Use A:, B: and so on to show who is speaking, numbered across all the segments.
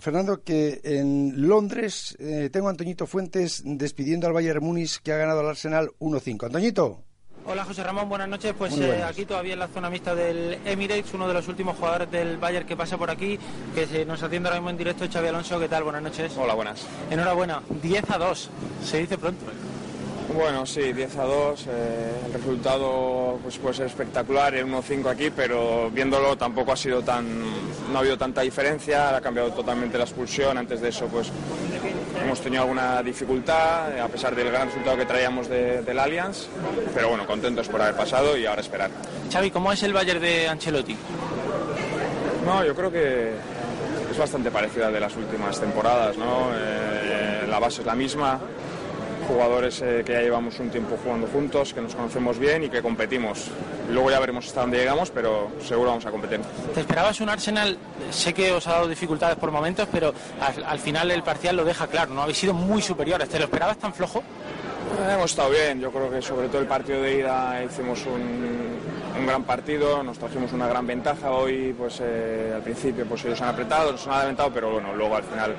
A: Fernando, que en Londres eh, tengo a Antoñito Fuentes despidiendo al Bayern Múnich que ha ganado al Arsenal 1-5. Antoñito.
B: Hola José Ramón, buenas noches. Pues buenas. Eh, aquí todavía en la zona mixta del Emirates, uno de los últimos jugadores del Bayern que pasa por aquí, que se nos atiende ahora mismo en directo Xavi Alonso. ¿Qué tal? Buenas noches.
C: Hola, buenas.
B: Enhorabuena, 10 a 2, se dice pronto.
C: Bueno, sí, 10 a 2. Eh, el resultado pues, puede ser espectacular, el 1-5 aquí, pero viéndolo tampoco ha sido tan. No ha habido tanta diferencia, ha cambiado totalmente la expulsión. Antes de eso, pues hemos tenido alguna dificultad, a pesar del gran resultado que traíamos de, del Allianz. Pero bueno, contentos por haber pasado y ahora esperar.
B: Xavi, ¿cómo es el Bayern de Ancelotti?
C: No, yo creo que es bastante parecido al de las últimas temporadas, ¿no? Eh, la base es la misma jugadores eh, que ya llevamos un tiempo jugando juntos, que nos conocemos bien y que competimos. Luego ya veremos hasta dónde llegamos, pero seguro vamos a competir. Eh,
B: ¿Te esperabas un Arsenal? Sé que os ha dado dificultades por momentos, pero al, al final el parcial lo deja claro, ¿no? Habéis sido muy superiores. ¿Te lo esperabas tan flojo?
C: Eh, hemos estado bien, yo creo que sobre todo el partido de ida hicimos un, un gran partido, nos trajimos una gran ventaja hoy, pues eh, al principio pues ellos han apretado, nos han aventado, pero bueno, luego al final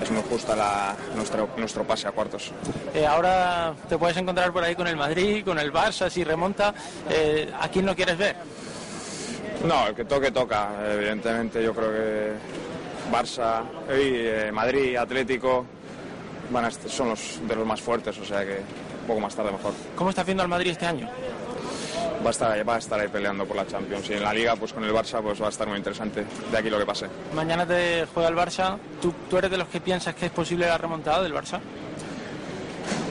C: es muy justa la, nuestro, nuestro pase a cuartos.
B: Eh, ahora te puedes encontrar por ahí con el Madrid, con el Barça, si remonta. Eh, ¿A quién no quieres ver?
C: No, el que toque, toca. Evidentemente yo creo que Barça, eh, Madrid, Atlético van a, son los de los más fuertes, o sea que un poco más tarde mejor.
B: ¿Cómo está haciendo el Madrid este año?
C: va a estar ahí, va a estar ahí peleando por la Champions y en la Liga pues con el Barça pues va a estar muy interesante de aquí lo que pase.
B: Mañana te juega el Barça. ¿Tú, tú eres de los que piensas que es posible la remontada del Barça?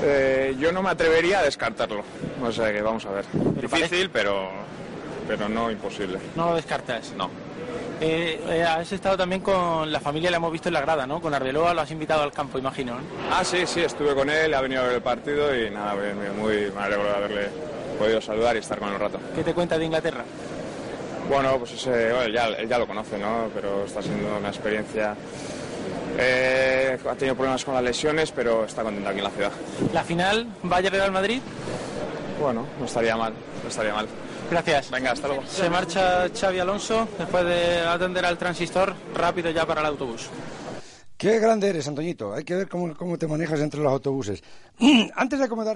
C: Eh, yo no me atrevería a descartarlo. O sea que vamos a ver. Pero Difícil, parece... pero pero no imposible.
B: No lo descartas.
C: No.
B: Eh, eh, has estado también con la familia, la hemos visto en la grada, ¿no? Con Arbeloa lo has invitado al campo, imagino. ¿no?
C: Ah, sí, sí, estuve con él, ha venido a ver el partido y nada, muy, muy me alegro de haberle podido saludar y estar con él un rato.
B: ¿Qué te cuenta de Inglaterra?
C: Bueno, pues ese, bueno, ya, él ya lo conoce, ¿no? Pero está siendo una experiencia. Eh, ha tenido problemas con las lesiones, pero está contento aquí en la ciudad.
B: ¿La final va a llegar al Madrid?
C: Bueno, no estaría mal, no estaría mal.
B: Gracias.
C: Venga, hasta luego.
B: Se marcha Xavi Alonso después de atender al transistor rápido ya para el autobús.
A: Qué grande eres, Antoñito. Hay que ver cómo, cómo te manejas entre los autobuses. Antes de acomodar.